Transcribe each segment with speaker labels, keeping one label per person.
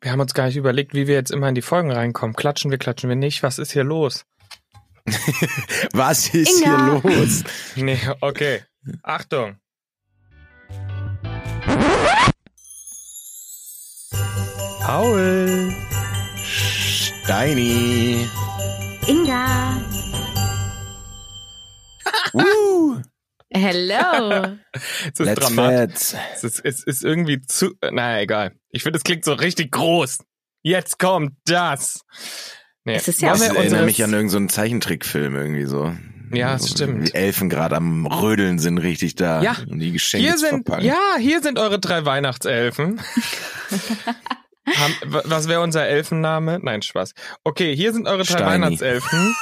Speaker 1: Wir haben uns gar nicht überlegt, wie wir jetzt immer in die Folgen reinkommen. Klatschen wir, klatschen wir nicht. Was ist hier los?
Speaker 2: Was ist
Speaker 3: Inga.
Speaker 2: hier los?
Speaker 1: Nee, okay. Achtung. Paul.
Speaker 2: Steini.
Speaker 3: Inga.
Speaker 2: Uh,
Speaker 3: Hello.
Speaker 1: Es ist
Speaker 2: let's
Speaker 1: dramatisch.
Speaker 2: fetz.
Speaker 1: Es ist, es ist irgendwie zu. Na, egal. Ich finde, es klingt so richtig groß. Jetzt kommt das. Nee.
Speaker 3: Es ist ja
Speaker 1: Wollen
Speaker 3: auch-
Speaker 1: wir
Speaker 2: Das erinnert
Speaker 1: unseres-
Speaker 2: mich an irgendeinen so einen Zeichentrickfilm irgendwie so.
Speaker 1: Ja,
Speaker 2: so,
Speaker 1: stimmt.
Speaker 2: Die Elfen gerade am Rödeln sind richtig da.
Speaker 1: Ja.
Speaker 2: Und die Geschenke
Speaker 1: Hier
Speaker 2: zu
Speaker 1: sind,
Speaker 2: verpacken.
Speaker 1: ja, hier sind eure drei Weihnachtselfen. Haben, wa- was wäre unser Elfenname? Nein, Spaß. Okay, hier sind eure drei
Speaker 2: Steini.
Speaker 1: Weihnachtselfen.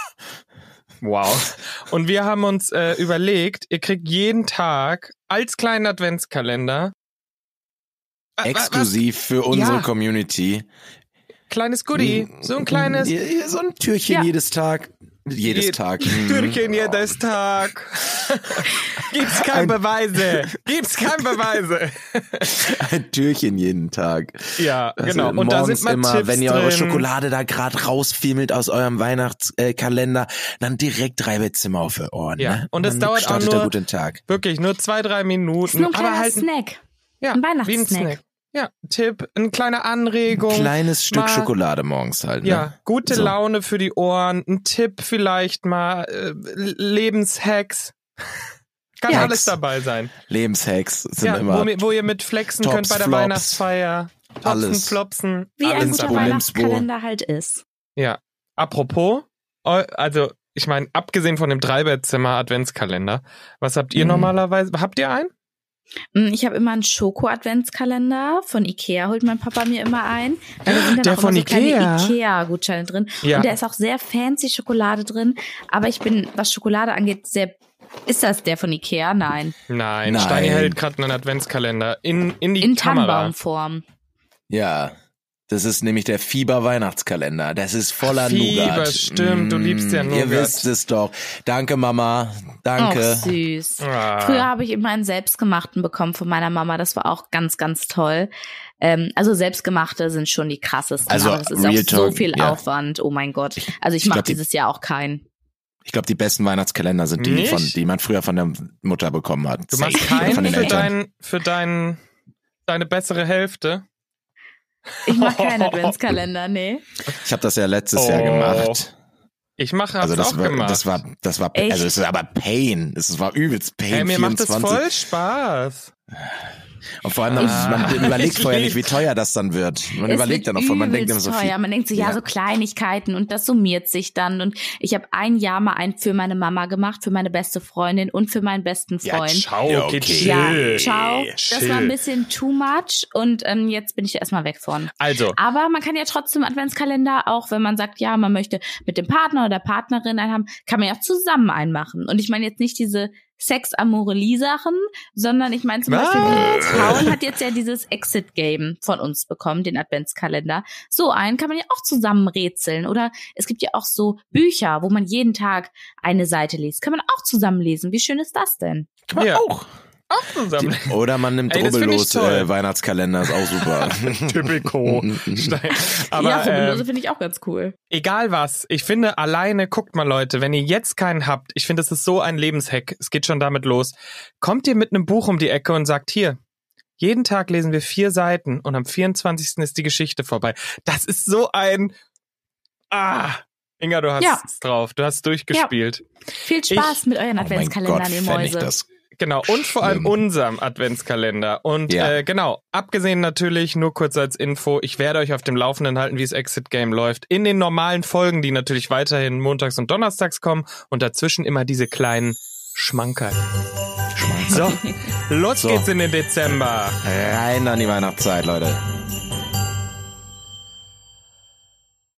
Speaker 1: Wow. Und wir haben uns äh, überlegt, ihr kriegt jeden Tag als kleinen Adventskalender Wa- wa-
Speaker 2: Exklusiv für unsere
Speaker 1: Ja.
Speaker 2: Community.
Speaker 1: was? kleines Goodie.
Speaker 2: Mm,
Speaker 1: So ein kleines
Speaker 2: Ja, ja, So ein Türchen
Speaker 3: Ja.
Speaker 2: jedes Tag. Jedes
Speaker 1: Je-
Speaker 2: Tag.
Speaker 1: Türchen
Speaker 2: Mhm.
Speaker 1: jedes Tag. Gibt's keine Beweise. Gibt's keine Beweise.
Speaker 2: Ein Türchen jeden Tag.
Speaker 1: Ja,
Speaker 2: Also
Speaker 1: genau. Und da
Speaker 2: morgens
Speaker 1: sind mal
Speaker 2: immer,
Speaker 1: Tipps
Speaker 2: wenn ihr eure
Speaker 1: drin.
Speaker 2: Schokolade da gerade rausfiemelt aus eurem Weihnachtskalender, äh, Kalender, dann direkt drei Bettzimmer auf die Ohren.
Speaker 1: Ja,
Speaker 2: ne?
Speaker 1: und das
Speaker 2: Dann
Speaker 1: dauert auch
Speaker 2: startet
Speaker 1: nur-
Speaker 2: der guten Tag.
Speaker 1: Wirklich, nur zwei, drei Minuten.
Speaker 3: ist nur ein
Speaker 1: aber
Speaker 3: kleiner
Speaker 1: halt
Speaker 3: Snack.
Speaker 1: ja,
Speaker 3: ein
Speaker 1: wie ein
Speaker 3: Weihnachtssnack.
Speaker 1: Snack. Ja, Tipp, ein kleiner Anregung.
Speaker 2: Kleines Stück
Speaker 1: mal-
Speaker 2: Schokolade morgens halt. Ne?
Speaker 1: ja, gute
Speaker 2: So.
Speaker 1: Laune für die Ohren, ein Tipp vielleicht mal, äh, Lebenshacks. Kann
Speaker 2: Ja.
Speaker 1: alles dabei sein.
Speaker 2: Lebenshacks sind
Speaker 1: Ja,
Speaker 2: immer
Speaker 1: wo, mi- wo ihr mit flexen
Speaker 2: Tops,
Speaker 1: könnt bei der
Speaker 2: Flops,
Speaker 1: Weihnachtsfeier. Topfen,
Speaker 2: alles.
Speaker 1: Flopsen.
Speaker 3: Wie ein
Speaker 1: alles
Speaker 3: guter
Speaker 2: Bumsbo.
Speaker 1: dabei.
Speaker 3: Weihnachtskalender halt ist.
Speaker 1: Ja. Apropos, eu- also ich meine, abgesehen von dem Dreibettzimmer Adventskalender, was habt ihr
Speaker 2: Mhm.
Speaker 1: normalerweise? Habt ihr einen?
Speaker 3: Hm, Ich habe immer einen Schoko-Adventskalender. Von Ikea holt mein Papa mir immer ein. Da sind dann
Speaker 1: Der
Speaker 3: auch
Speaker 1: von
Speaker 3: immer so
Speaker 1: Ikea?
Speaker 3: kleine Ikea-Gutscheine drin.
Speaker 1: Ja.
Speaker 3: Und da ist auch sehr fancy Schokolade drin. Aber ich bin, was Schokolade angeht, sehr... Ist das der von Ikea? Nein.
Speaker 1: Nein,
Speaker 2: Nein.
Speaker 1: Steini hält gerade einen Adventskalender in, in die
Speaker 3: In
Speaker 1: Kamera.
Speaker 3: Tannenbaumform.
Speaker 2: Ja, das ist nämlich der Fieber-Weihnachtskalender. Das ist voller
Speaker 1: Fieber,
Speaker 2: Nougat.
Speaker 1: stimmt, du liebst ja
Speaker 2: Mm,
Speaker 1: Nougat.
Speaker 2: Ihr wisst es doch. Danke, Mama. Danke.
Speaker 3: Och, süß.
Speaker 1: Ah.
Speaker 3: Früher habe ich immer einen selbstgemachten bekommen von meiner Mama. Das war auch ganz, ganz toll. Ähm, also selbstgemachte sind schon die krassesten.
Speaker 2: Also,
Speaker 3: aber das ist
Speaker 2: Real
Speaker 3: auch so
Speaker 2: Talk,
Speaker 3: viel
Speaker 2: ja.
Speaker 3: Aufwand. Oh mein Gott. Also ich,
Speaker 2: ich
Speaker 3: mache
Speaker 2: glaub, die-
Speaker 3: dieses Jahr auch keinen.
Speaker 2: ich glaube, die besten Weihnachtskalender sind die,
Speaker 1: Nicht?
Speaker 2: von, die man früher von der Mutter bekommen hat.
Speaker 1: Du machst
Speaker 2: Safe.
Speaker 1: keinen
Speaker 2: von den
Speaker 1: für,
Speaker 2: Eltern.
Speaker 1: dein, für dein, deine bessere Hälfte.
Speaker 3: Ich mache keinen Adventskalender, nee.
Speaker 2: Ich habe das ja letztes
Speaker 1: Oh.
Speaker 2: Jahr gemacht.
Speaker 1: Ich mache
Speaker 2: Also
Speaker 1: also
Speaker 2: das
Speaker 1: auch
Speaker 2: war,
Speaker 1: gemacht.
Speaker 2: das war, das war,
Speaker 3: Echt?
Speaker 2: also es ist aber Pain. Es war übelst Pain.
Speaker 1: Ey, mir macht das
Speaker 2: 24.
Speaker 1: voll Spaß.
Speaker 2: Und vor allem, man,
Speaker 1: Ich-
Speaker 2: man überlegt
Speaker 1: Ich
Speaker 2: vorher nicht, wie
Speaker 1: lieb-
Speaker 2: teuer das dann wird. Man
Speaker 3: Es
Speaker 2: überlegt
Speaker 3: wird
Speaker 2: dann auch vorher, man denkt immer
Speaker 3: übelst
Speaker 2: so viel.
Speaker 3: teuer. Man denkt so, ja,
Speaker 2: Ja.
Speaker 3: so Kleinigkeiten und das summiert sich dann. Und ich habe ein Jahr mal einen für meine Mama gemacht, für meine beste Freundin und für meinen besten
Speaker 1: Ja,
Speaker 3: Freund.
Speaker 1: ciao,
Speaker 2: Ja,
Speaker 1: okay,
Speaker 2: okay.
Speaker 1: chill.
Speaker 3: Ja, ciao. Das
Speaker 1: Chill.
Speaker 3: war ein bisschen too much und ähm, jetzt bin ich erstmal weg von.
Speaker 1: Also,
Speaker 3: Aber man kann ja trotzdem Adventskalender, auch wenn man sagt, ja, man möchte mit dem Partner oder der Partnerin einen haben, kann man ja auch zusammen einen machen. Und ich meine jetzt nicht diese Sex Amorelie Sachen, sondern ich meine zum
Speaker 1: Was?
Speaker 3: Beispiel,
Speaker 2: Ah.
Speaker 3: Paul hat jetzt ja dieses Exit Game von uns bekommen, den Adventskalender. So einen kann man ja auch zusammen rätseln. Oder es gibt ja auch so Bücher, wo man jeden Tag eine Seite liest. Kann man auch zusammen lesen. Wie schön ist das denn?
Speaker 2: Kann man
Speaker 1: Ja.
Speaker 2: auch.
Speaker 1: auch zusammen.
Speaker 2: Oder man nimmt
Speaker 1: Ey, das find ich
Speaker 2: rubbellos
Speaker 1: toll. Oh.
Speaker 2: äh, Weihnachtskalender, ist auch super. Oh
Speaker 1: Typico. Stein. Aber
Speaker 3: ja, Rubbellose
Speaker 1: ähm,
Speaker 3: finde ich auch ganz cool.
Speaker 1: egal was, ich finde, alleine, guckt mal Leute, wenn ihr jetzt keinen habt, ich finde, es ist so ein Lebenshack, es geht schon damit los, kommt ihr mit einem Buch um die Ecke und sagt, hier, jeden Tag lesen wir vier Seiten und am 24. ist die Geschichte vorbei. Das ist so ein... Ah! Inga, du hast
Speaker 3: Ja.
Speaker 1: es drauf, du hast durchgespielt.
Speaker 3: Viel Spaß mit euren
Speaker 2: Oh mein Gott,
Speaker 3: Adventskalendern, ihr
Speaker 2: fände ich
Speaker 3: Mäuse.
Speaker 2: das.
Speaker 1: Genau, und vor allem
Speaker 2: Schlimm.
Speaker 1: unserem Adventskalender. Und
Speaker 2: Ja.
Speaker 1: äh, genau, abgesehen natürlich, nur kurz als Info, ich werde euch auf dem Laufenden halten, wie es Exit Game läuft. In den normalen Folgen, die natürlich weiterhin montags und donnerstags kommen und dazwischen immer diese kleinen Schmankerl. So, los
Speaker 2: So.
Speaker 1: geht's in den Dezember.
Speaker 2: Rein an die Weihnachtszeit, Leute.